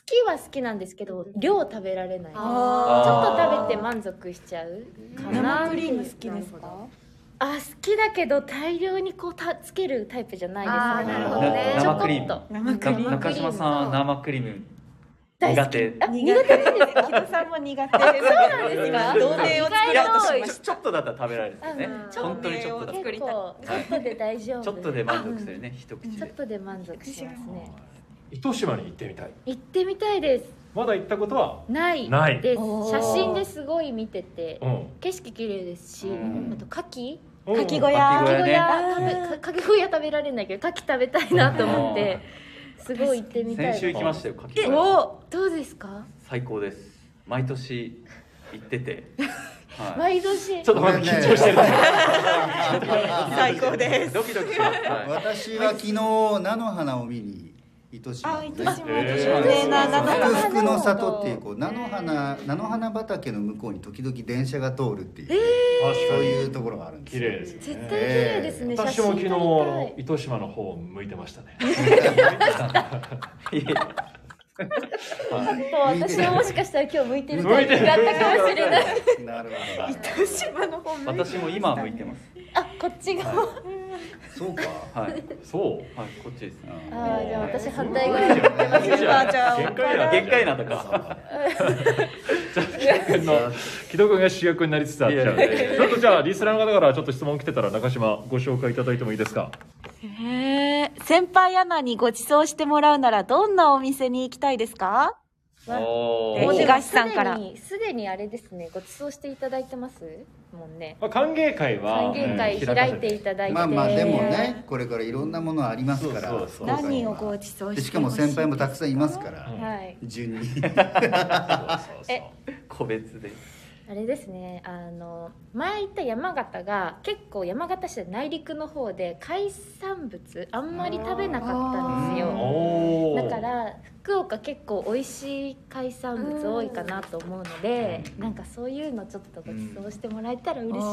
[SPEAKER 6] きは好きなんですけど量食べられないちょ
[SPEAKER 7] あ
[SPEAKER 6] っと食べて満足しちゃうか
[SPEAKER 7] ー
[SPEAKER 6] な
[SPEAKER 7] 生クリーム好きです
[SPEAKER 4] なる
[SPEAKER 7] か？
[SPEAKER 6] あ好きだけど大量にこうたつけるタイプじゃないです
[SPEAKER 4] あーなるほどね
[SPEAKER 6] ちょ
[SPEAKER 3] 生
[SPEAKER 6] こ
[SPEAKER 3] クリー
[SPEAKER 6] っ
[SPEAKER 3] ム
[SPEAKER 6] と
[SPEAKER 7] 生クリーム
[SPEAKER 3] 中島さんは生クリーム苦手
[SPEAKER 6] あ苦
[SPEAKER 7] 苦手です よ。木戸さんも苦手です。そうなん
[SPEAKER 6] ですか
[SPEAKER 7] 同盟を作
[SPEAKER 3] い
[SPEAKER 7] ろ
[SPEAKER 3] や
[SPEAKER 7] うとしま
[SPEAKER 3] ちょ
[SPEAKER 7] し
[SPEAKER 3] ちょっとだったら食べられるんですよね
[SPEAKER 6] うん
[SPEAKER 3] 本当にちょっとだ
[SPEAKER 7] ちょ
[SPEAKER 3] っ
[SPEAKER 7] っと
[SPEAKER 6] 結
[SPEAKER 7] 作りたい
[SPEAKER 6] 構ちょっとで大丈
[SPEAKER 3] た
[SPEAKER 6] 夫
[SPEAKER 3] ちょっとで満足するね一口
[SPEAKER 6] うんちょっ
[SPEAKER 3] で
[SPEAKER 6] とで満足しますね
[SPEAKER 2] 糸島に行ってみたい
[SPEAKER 6] 行ってみたいです
[SPEAKER 2] まだ行ったことは
[SPEAKER 6] ない
[SPEAKER 2] ない
[SPEAKER 6] です
[SPEAKER 7] おー
[SPEAKER 6] 写真ですごい見てて
[SPEAKER 2] うん
[SPEAKER 6] 景色綺麗ですし
[SPEAKER 3] うん
[SPEAKER 6] あと牡蠣
[SPEAKER 2] うん
[SPEAKER 7] かき小屋
[SPEAKER 3] かき小
[SPEAKER 6] 牡蠣
[SPEAKER 3] 屋
[SPEAKER 6] 小
[SPEAKER 3] ね
[SPEAKER 6] 屋食べか牡蠣小屋食べられないけど牡蠣食べたいなと思ってすごい行ってみたい
[SPEAKER 3] 先週行きましたよかき小屋
[SPEAKER 6] おどうですか
[SPEAKER 3] 最高です毎年行ってて、は
[SPEAKER 6] 毎年
[SPEAKER 3] い、ちょっとまだ緊張してる、
[SPEAKER 7] 最高です。
[SPEAKER 3] ドキドキします、は
[SPEAKER 5] 私は昨日菜の花を見に糸島
[SPEAKER 7] あ、
[SPEAKER 5] に
[SPEAKER 7] い
[SPEAKER 5] ね
[SPEAKER 7] としま
[SPEAKER 2] えー
[SPEAKER 7] 有名な菜の
[SPEAKER 5] 福
[SPEAKER 7] 花
[SPEAKER 5] 福の里っていうこう菜の花菜の花畑の向こうに時々電車が通るっていう、そういうところがあるんです
[SPEAKER 2] 綺
[SPEAKER 5] よ
[SPEAKER 2] 麗です
[SPEAKER 6] 絶対
[SPEAKER 2] ね
[SPEAKER 6] 綺麗ですね、写
[SPEAKER 2] 私
[SPEAKER 6] 真
[SPEAKER 2] も
[SPEAKER 6] 撮
[SPEAKER 2] 昨日
[SPEAKER 6] り
[SPEAKER 2] あ
[SPEAKER 6] たい
[SPEAKER 2] の糸島の方を向いてましたね。
[SPEAKER 3] い、いえいえ
[SPEAKER 6] 本当私はもしかしたら今日向いてる
[SPEAKER 2] 向
[SPEAKER 6] タ
[SPEAKER 2] い
[SPEAKER 6] イ
[SPEAKER 2] て
[SPEAKER 6] プ
[SPEAKER 2] る
[SPEAKER 6] だったかもしれない
[SPEAKER 5] なるほ
[SPEAKER 7] 糸島の方向いてま
[SPEAKER 3] 私
[SPEAKER 7] した
[SPEAKER 3] も今向いてます、
[SPEAKER 6] あこっち側
[SPEAKER 3] は
[SPEAKER 5] どそうか
[SPEAKER 3] い、はい、
[SPEAKER 2] そう。
[SPEAKER 3] はい、こっちですね。
[SPEAKER 6] あーじゃあ私反対側に向いてます
[SPEAKER 7] いじゃん
[SPEAKER 2] 限界な
[SPEAKER 3] 限界な とか。
[SPEAKER 2] の木戸君が主役になりつつあっちゃう
[SPEAKER 3] いやいやい
[SPEAKER 2] ねちょっとじゃあリスナーの方からちょっと質問来てたら中島ご紹介いただいてもいいですか
[SPEAKER 7] へー先輩アナにご馳走してもらうならどんなお店に行きたいですか
[SPEAKER 3] お
[SPEAKER 7] お
[SPEAKER 3] ー
[SPEAKER 7] 東さんから
[SPEAKER 6] すでにすでにあれですねご馳走していただいてますもんね
[SPEAKER 2] まあ歓迎会は
[SPEAKER 6] 歓迎会開いていただいて
[SPEAKER 5] まあまあでもねこれからいろんなものありますから
[SPEAKER 2] そうそうそう
[SPEAKER 5] 今回は
[SPEAKER 7] 何をご馳走してほしい
[SPEAKER 5] でしかも先輩もたくさんいますから、
[SPEAKER 2] うん
[SPEAKER 6] はい
[SPEAKER 5] 順に
[SPEAKER 2] え
[SPEAKER 3] 個別で。
[SPEAKER 6] あれですねあの前行った山形が結構山形市で内陸の方で海産物あんまり食べなかったんですよ
[SPEAKER 2] お
[SPEAKER 6] だ
[SPEAKER 2] ー
[SPEAKER 6] から福岡結構美味しい海産物多いかなと思うのでなんかそういうのちょっとご馳走してもらえたら嬉しいな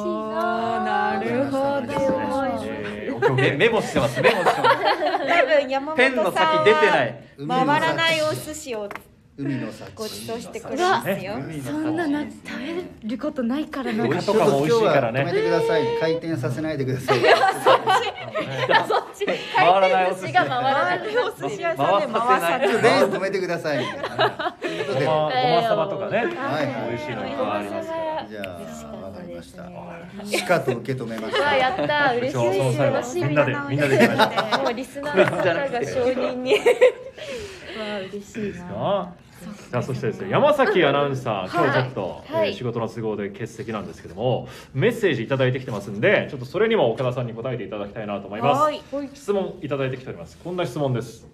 [SPEAKER 7] あーな
[SPEAKER 5] るほ
[SPEAKER 2] そうですねえーオッケーオッケ
[SPEAKER 3] メ
[SPEAKER 2] ー
[SPEAKER 3] メモしてます。メモしてます。
[SPEAKER 7] 多分山
[SPEAKER 3] ペンの
[SPEAKER 7] 本さ
[SPEAKER 3] 先
[SPEAKER 7] ん
[SPEAKER 3] 出てな。
[SPEAKER 7] はい
[SPEAKER 5] 海の幸
[SPEAKER 7] 回らないお寿司を
[SPEAKER 5] 海の幸
[SPEAKER 7] ご馳走してくれますよ。
[SPEAKER 6] そんなの食べることないからな
[SPEAKER 2] 美味しい
[SPEAKER 5] ちょっと今日は止めて
[SPEAKER 2] ね
[SPEAKER 5] ください、回転させないでください
[SPEAKER 6] そっち
[SPEAKER 3] 回らない
[SPEAKER 6] 回
[SPEAKER 3] お
[SPEAKER 6] 転
[SPEAKER 3] 寿司
[SPEAKER 6] 寿司が回らない
[SPEAKER 7] 回らないお寿司屋さんで回さ
[SPEAKER 3] 回
[SPEAKER 5] ちょ
[SPEAKER 3] さ
[SPEAKER 5] っとレーン止めてくださいみたいなということで
[SPEAKER 2] ごまごまさばとかね
[SPEAKER 5] はいはい
[SPEAKER 2] 美味しいのがありますから
[SPEAKER 5] じゃあわかりまし
[SPEAKER 6] 美
[SPEAKER 5] たしかと受け止めまし
[SPEAKER 6] うわやったた 嬉しい
[SPEAKER 2] その際は
[SPEAKER 6] 楽し
[SPEAKER 2] みん
[SPEAKER 6] み
[SPEAKER 2] な
[SPEAKER 6] だ
[SPEAKER 2] で
[SPEAKER 6] な
[SPEAKER 2] みんなで行きましょう
[SPEAKER 6] もうリスナーの方が承認にわあ嬉しいな
[SPEAKER 2] あさあそしてですね山崎アナウンサー今日ちょっと、
[SPEAKER 6] はい
[SPEAKER 2] えー仕事の都合で欠席なんですけどもメッセージ頂いただいてきてますんでちょっとそれにも岡田さんに答えていただきたいなと思います
[SPEAKER 7] はい
[SPEAKER 2] 質問頂いただいてきておりますこんな質問です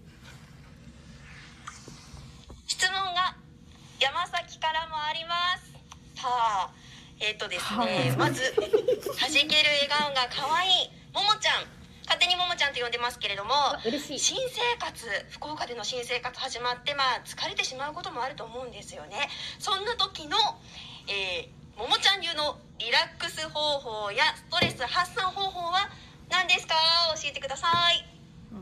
[SPEAKER 8] 質問が山崎からもありますさあえっ、とですね、まず 弾ける笑顔が可愛いももちゃん勝手にももちゃんと呼んでますけれども
[SPEAKER 6] 嬉しい
[SPEAKER 8] 新生活福岡での新生活始まってまあ疲れてしまうこともあると思うんですよねそんな時の、えーももちゃん流のリラックス方法やストレス発散方法は何ですか教えてください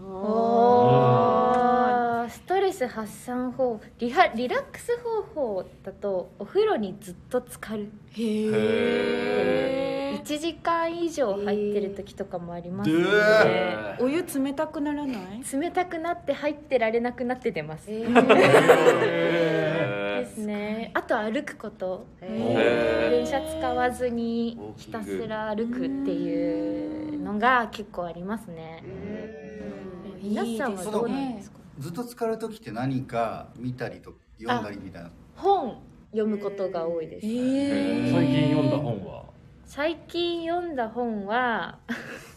[SPEAKER 6] おーストレス発散方法リハリラックス方法だとお風呂にずっと浸かる
[SPEAKER 7] へ
[SPEAKER 6] 1時間以上入ってる時とかもあります
[SPEAKER 5] で
[SPEAKER 6] ので
[SPEAKER 7] ーお湯冷たくならない？
[SPEAKER 6] 冷たくなって入ってられなくなって出ますで
[SPEAKER 3] え
[SPEAKER 6] すねあと歩くこと
[SPEAKER 3] ー
[SPEAKER 6] 電車使わずにひたすら歩くっていうのが結構ありますね皆さんはどうなんですか
[SPEAKER 5] ずっと疲れる時って何か見たりと読んだりみたいな
[SPEAKER 6] 本読むことが多いです
[SPEAKER 2] 最近読んだ本は
[SPEAKER 6] 最近読んだ本は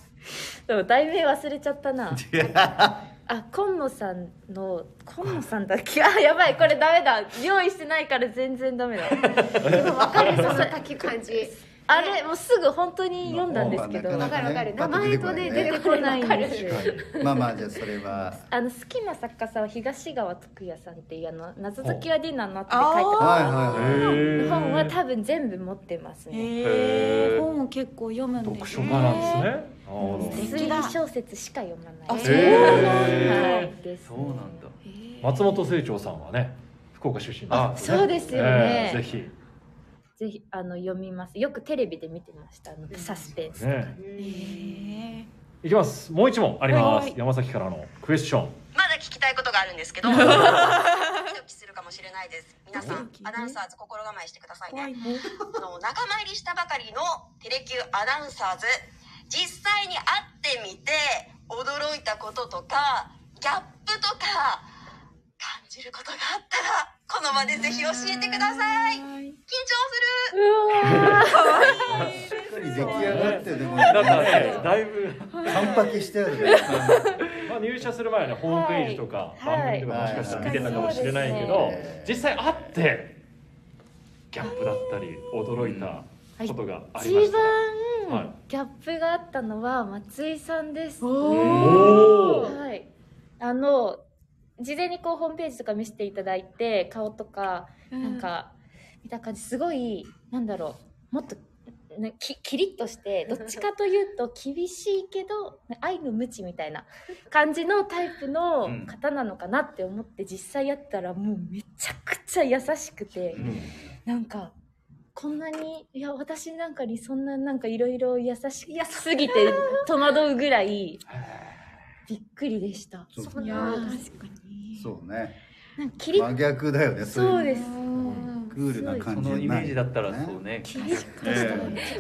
[SPEAKER 6] でも題名忘れちゃったなあ今野さんの今野さんだっけあ やばいこれダメだ用意してないから全然ダメだ
[SPEAKER 4] でも分かるその書き感じ
[SPEAKER 6] あれもうすぐ本当に読んだんですけど
[SPEAKER 5] まあ
[SPEAKER 4] 分かる分かる
[SPEAKER 5] パ
[SPEAKER 4] 名
[SPEAKER 5] ッと出て
[SPEAKER 4] 前
[SPEAKER 5] ことないね
[SPEAKER 4] ね
[SPEAKER 6] 出
[SPEAKER 4] 出て
[SPEAKER 6] てこ
[SPEAKER 4] こないいの分か
[SPEAKER 6] なんですよ
[SPEAKER 4] る
[SPEAKER 5] まあまあじゃあそれは
[SPEAKER 6] あの好きな作家さんは東川徳也さんっていうあの「謎解きはディナーの」って書いてあ
[SPEAKER 5] はいはいはい
[SPEAKER 6] る
[SPEAKER 2] へ
[SPEAKER 6] 本は多分全部持ってますね
[SPEAKER 7] へ
[SPEAKER 2] へー
[SPEAKER 7] え。本を結構読むんで
[SPEAKER 2] 読
[SPEAKER 7] す
[SPEAKER 2] 書
[SPEAKER 7] ね。
[SPEAKER 2] 家なんですねなるほど
[SPEAKER 6] 推理小説しか読まない
[SPEAKER 7] あそう
[SPEAKER 2] へー
[SPEAKER 6] はいです
[SPEAKER 3] そうなんだ。
[SPEAKER 2] 松本清張さんはね福岡出身
[SPEAKER 3] あ
[SPEAKER 2] です
[SPEAKER 6] そうですよね、
[SPEAKER 2] えーぜひ
[SPEAKER 6] ぜひあの読みます。よくテレビで見てました。あのサスペンス。
[SPEAKER 2] ね
[SPEAKER 7] へ
[SPEAKER 2] いきますもう一問ありま
[SPEAKER 7] は
[SPEAKER 2] す
[SPEAKER 7] い
[SPEAKER 2] 山崎からのクエスチョン
[SPEAKER 8] まだ聞きたいことがあるんですけど、ドキ ドキするかもしれないです。皆さん、アナウンサーズ心構えしてください
[SPEAKER 7] ー怖い
[SPEAKER 8] ね。
[SPEAKER 7] ね。
[SPEAKER 8] あの仲間入りしたばかりのテレキューアナウンサーズ、実際に会ってみて驚いたこととか、ギャップとか感じることがあったら、この場でぜひ教えてください。緊張する。
[SPEAKER 5] しっかり出来上がってでも
[SPEAKER 3] なんかね、だいぶ。
[SPEAKER 5] 完パケしてあるね
[SPEAKER 2] まあ、入社する前はねホームページとか
[SPEAKER 6] は
[SPEAKER 2] 番
[SPEAKER 6] い
[SPEAKER 2] 組とかもしかしたら見てたかもしれないけど、
[SPEAKER 5] はい
[SPEAKER 2] 実際会ってギャップだったり驚いたことがあ
[SPEAKER 6] 一
[SPEAKER 2] りましたらは
[SPEAKER 6] 番
[SPEAKER 2] い
[SPEAKER 6] ギャップがあったのは松井さんです。
[SPEAKER 2] おー
[SPEAKER 6] はい、あの事前にこうホームページとか見せていただいて顔とかなんか見た感じすごいなんだろうもっとねきキリッとしてどっちかというと厳しいけど愛の無知みたいな感じのタイプの方なのかなって思って実際やったらもうめちゃくちゃ優しくて。なんかこんなにいや私なんかにそんななんかいろいろ優しすぎて戸惑うぐらいびっくりでした。
[SPEAKER 5] そう
[SPEAKER 6] いやー
[SPEAKER 5] そうね
[SPEAKER 6] なんかキリッ
[SPEAKER 5] 真逆だよね
[SPEAKER 6] そうです。
[SPEAKER 5] クールな感
[SPEAKER 3] そ
[SPEAKER 5] じじゃ
[SPEAKER 3] の
[SPEAKER 5] ない
[SPEAKER 3] イメージだったらそうね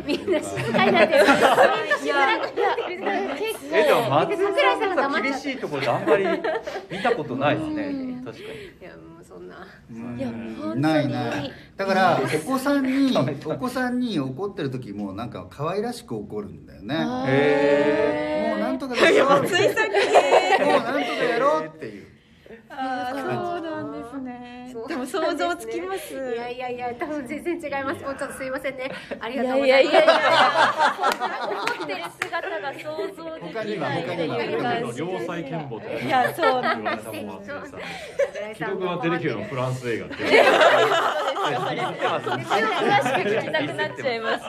[SPEAKER 6] みんな静かになってる。みんな静かになってる。結
[SPEAKER 3] えでも
[SPEAKER 6] 構
[SPEAKER 3] 松井さんがさ厳しいところであんまり見たことないですね確か
[SPEAKER 4] いやもうそんな。
[SPEAKER 6] いや本当に
[SPEAKER 5] ないないだからお子さんにお子さんに怒ってる時もなんか可愛らしく怒るんだよねも
[SPEAKER 3] にへえ
[SPEAKER 5] うなんとかやろうもうなんとかやろうっていう
[SPEAKER 7] あーそうなんですねでも想像つきます
[SPEAKER 4] いやいやいや、多分全然違います。もうちょっとすいませんね。あり
[SPEAKER 6] い
[SPEAKER 4] がと
[SPEAKER 6] や
[SPEAKER 4] うご
[SPEAKER 6] いや
[SPEAKER 4] ざい
[SPEAKER 6] い
[SPEAKER 4] ます。
[SPEAKER 6] やいやいや怒ってる姿が想像でき
[SPEAKER 5] 他には
[SPEAKER 6] ない
[SPEAKER 5] 他には
[SPEAKER 6] っていう
[SPEAKER 2] 僕の
[SPEAKER 6] 感じ
[SPEAKER 2] 両妻剣母と
[SPEAKER 6] いやそ
[SPEAKER 2] 言わ
[SPEAKER 6] う
[SPEAKER 2] れたものは松井さん既読は出てきるのフランス映画って
[SPEAKER 6] 詳しく聞きたくなっちゃいます。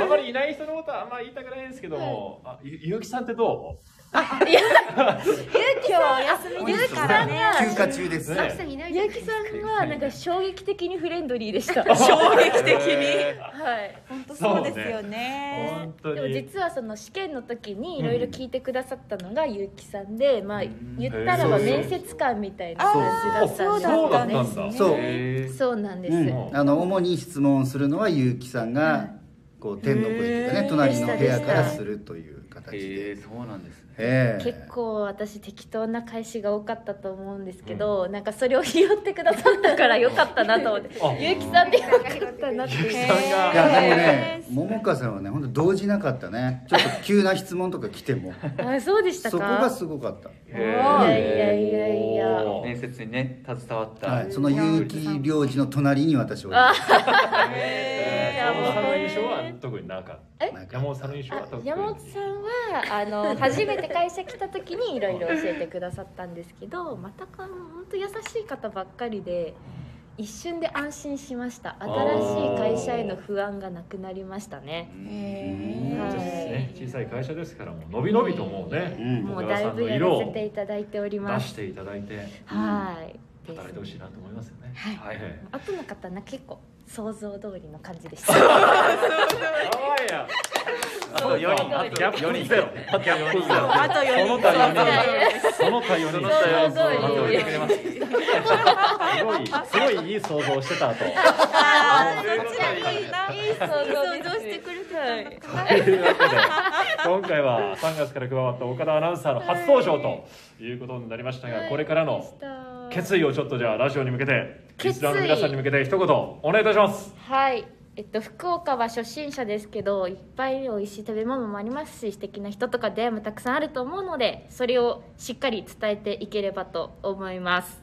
[SPEAKER 2] あんまりいない人のことはあんまり言いたくないんですけども、あゆゆうきさんってど
[SPEAKER 6] 今日休みですからね。
[SPEAKER 5] 休暇中です
[SPEAKER 2] う、
[SPEAKER 4] あきさんいないじゃ
[SPEAKER 6] ゆ
[SPEAKER 4] な
[SPEAKER 6] う
[SPEAKER 4] い
[SPEAKER 6] きさんはなんか衝撃的にフレンドリーでした。
[SPEAKER 7] 衝撃的に
[SPEAKER 2] え
[SPEAKER 6] はい。
[SPEAKER 7] 本当そうですよね
[SPEAKER 2] 本当
[SPEAKER 6] でも
[SPEAKER 2] に
[SPEAKER 6] 実はその試験の時にいろいろ聞いてくださったのがゆうきさんで、まあ言ったらば
[SPEAKER 2] へー
[SPEAKER 6] 面接官みたいな
[SPEAKER 7] あ
[SPEAKER 6] 感
[SPEAKER 7] ー
[SPEAKER 6] じだ
[SPEAKER 7] そ
[SPEAKER 6] っ
[SPEAKER 7] う
[SPEAKER 6] たんで
[SPEAKER 7] だったん
[SPEAKER 2] そうだ
[SPEAKER 7] で
[SPEAKER 2] ったんだ
[SPEAKER 3] へ
[SPEAKER 5] そう
[SPEAKER 7] すね
[SPEAKER 6] そうなんです。
[SPEAKER 5] うん、あの主に質問するのは結城さんがこう天の声というか
[SPEAKER 7] へ
[SPEAKER 5] ね
[SPEAKER 7] ー
[SPEAKER 5] 隣の部屋からするという形で、
[SPEAKER 3] えそうなんですね
[SPEAKER 5] ええ
[SPEAKER 6] 結構私適当な返しが多かったと思うんですけど、なんかそれを拾ってくださったからよかったなと思って
[SPEAKER 2] あ
[SPEAKER 6] ゆうきさんでよかったなっていう
[SPEAKER 5] いやでもね桃花さんはね本当動じなかったねちょっと急な質問とか来ても
[SPEAKER 6] あそうでした
[SPEAKER 5] そこ
[SPEAKER 6] か
[SPEAKER 5] がすごかった
[SPEAKER 3] い
[SPEAKER 6] やいやいやいや
[SPEAKER 3] 面接にね携わった、
[SPEAKER 5] はい、その結城良二の隣に私を
[SPEAKER 6] あ
[SPEAKER 2] 山本さんの印象は特になかった
[SPEAKER 5] なんか
[SPEAKER 2] 山本さんの印象は特
[SPEAKER 6] あ
[SPEAKER 2] に
[SPEAKER 6] 山本さんはあ の初めて会社来た時にいろいろ教えてくださったんですけ どまたか本当優しい方ばっかりで一瞬で安心しました新しい会社への不安がなくなりましたね
[SPEAKER 2] そうですね小さい会社ですからもう伸び伸びともうね、
[SPEAKER 5] うん
[SPEAKER 6] も
[SPEAKER 2] 岡
[SPEAKER 6] う
[SPEAKER 2] 田
[SPEAKER 6] だ
[SPEAKER 2] さ
[SPEAKER 6] い
[SPEAKER 2] ん
[SPEAKER 6] ぶ
[SPEAKER 2] の
[SPEAKER 6] や
[SPEAKER 2] 色
[SPEAKER 6] らせ
[SPEAKER 2] を
[SPEAKER 6] ていただいておりま
[SPEAKER 2] 出し
[SPEAKER 6] す
[SPEAKER 2] ていただいて
[SPEAKER 6] はいです
[SPEAKER 2] 働いてほしいなと思いますよね。
[SPEAKER 6] はい
[SPEAKER 2] はい
[SPEAKER 6] 後の方な結構想像通りの感じでした
[SPEAKER 2] あいや。
[SPEAKER 3] あと4人あと4人ゼロあと4人ゼロ
[SPEAKER 7] あと4人
[SPEAKER 2] その他4人。その他4人。
[SPEAKER 3] その対応
[SPEAKER 6] 他四人
[SPEAKER 3] まとめてくれます
[SPEAKER 2] すごいすごいいい想像をしてたと。
[SPEAKER 7] あーそっちらにいいないい想像してくれてたのか
[SPEAKER 2] というわけで今回は3月から加わった岡田アナウンサーの初登場ということになりましたが、これからの決意をちょっとじゃあラジオに向けてリスナーの皆さんに向けて一言お願いいたします。
[SPEAKER 6] はいえっと、福岡は初心者ですけどいっぱい美味しい食べ物もありますし素敵な人とか出会いもたくさんあると思うのでそれをしっかり伝えていければと思います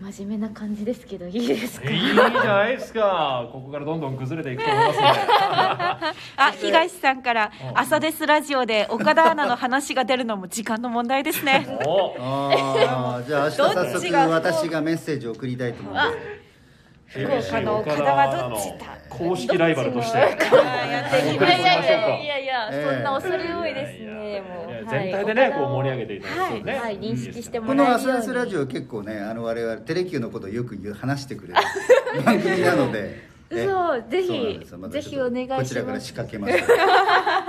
[SPEAKER 6] 真面目な感じですけどいいですか
[SPEAKER 2] いいじゃないですか。ここからどんどん崩れていくと思いますので。
[SPEAKER 7] あ東さんから
[SPEAKER 2] う
[SPEAKER 7] 「
[SPEAKER 2] ん
[SPEAKER 7] 朝ですラジオ」で岡田アナの話が出るのも時間の問題ですね
[SPEAKER 2] お
[SPEAKER 5] ああじゃあ明日
[SPEAKER 7] ど
[SPEAKER 5] 早
[SPEAKER 7] っちが
[SPEAKER 5] 速私がメッセージを送りたいと思います
[SPEAKER 2] 福岡の岡田はどっちだ公式ライバルとして
[SPEAKER 7] や
[SPEAKER 2] て いきましょうか
[SPEAKER 6] いやいやいやいやそんな恐れ多いですねもう
[SPEAKER 2] 全体でね
[SPEAKER 6] はい
[SPEAKER 2] こう盛り上げていただくとね
[SPEAKER 6] はいはい認識しても
[SPEAKER 5] こ
[SPEAKER 6] らえ
[SPEAKER 5] の
[SPEAKER 6] る
[SPEAKER 5] 「
[SPEAKER 6] よ
[SPEAKER 5] ア
[SPEAKER 6] うに
[SPEAKER 5] スラスラジオ」結構ねあの我々テレキューのことをよく言う話してく れる番組なのでえ
[SPEAKER 6] そうぜひ
[SPEAKER 5] そうなんですよまたちょっ
[SPEAKER 6] ぜ
[SPEAKER 5] と
[SPEAKER 6] ひお願いします
[SPEAKER 5] こちらから仕掛けます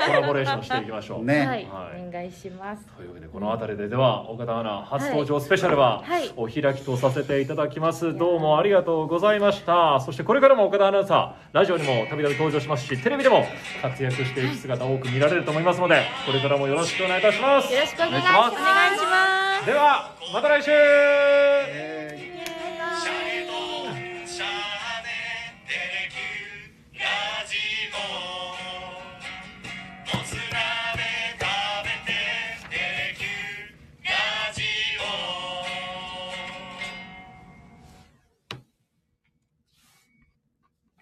[SPEAKER 2] コラボレーションしていきましょう
[SPEAKER 5] ね、
[SPEAKER 6] はい、
[SPEAKER 2] はい
[SPEAKER 6] お願いします
[SPEAKER 2] というわけでこの辺りででは岡田アナ初登場スペシャルは
[SPEAKER 6] はい
[SPEAKER 2] お開きとさせていただきますどうもありがとうございましたそしてこれからも岡田アナウンサーラジオにもたびたび登場しますしテレビでも活躍していく姿多く見られると思いますのでこれからもよろしくお願いいたします
[SPEAKER 6] よろしくお願いし
[SPEAKER 2] お願い
[SPEAKER 6] ま
[SPEAKER 2] し
[SPEAKER 6] す
[SPEAKER 2] ではまた来週
[SPEAKER 5] えー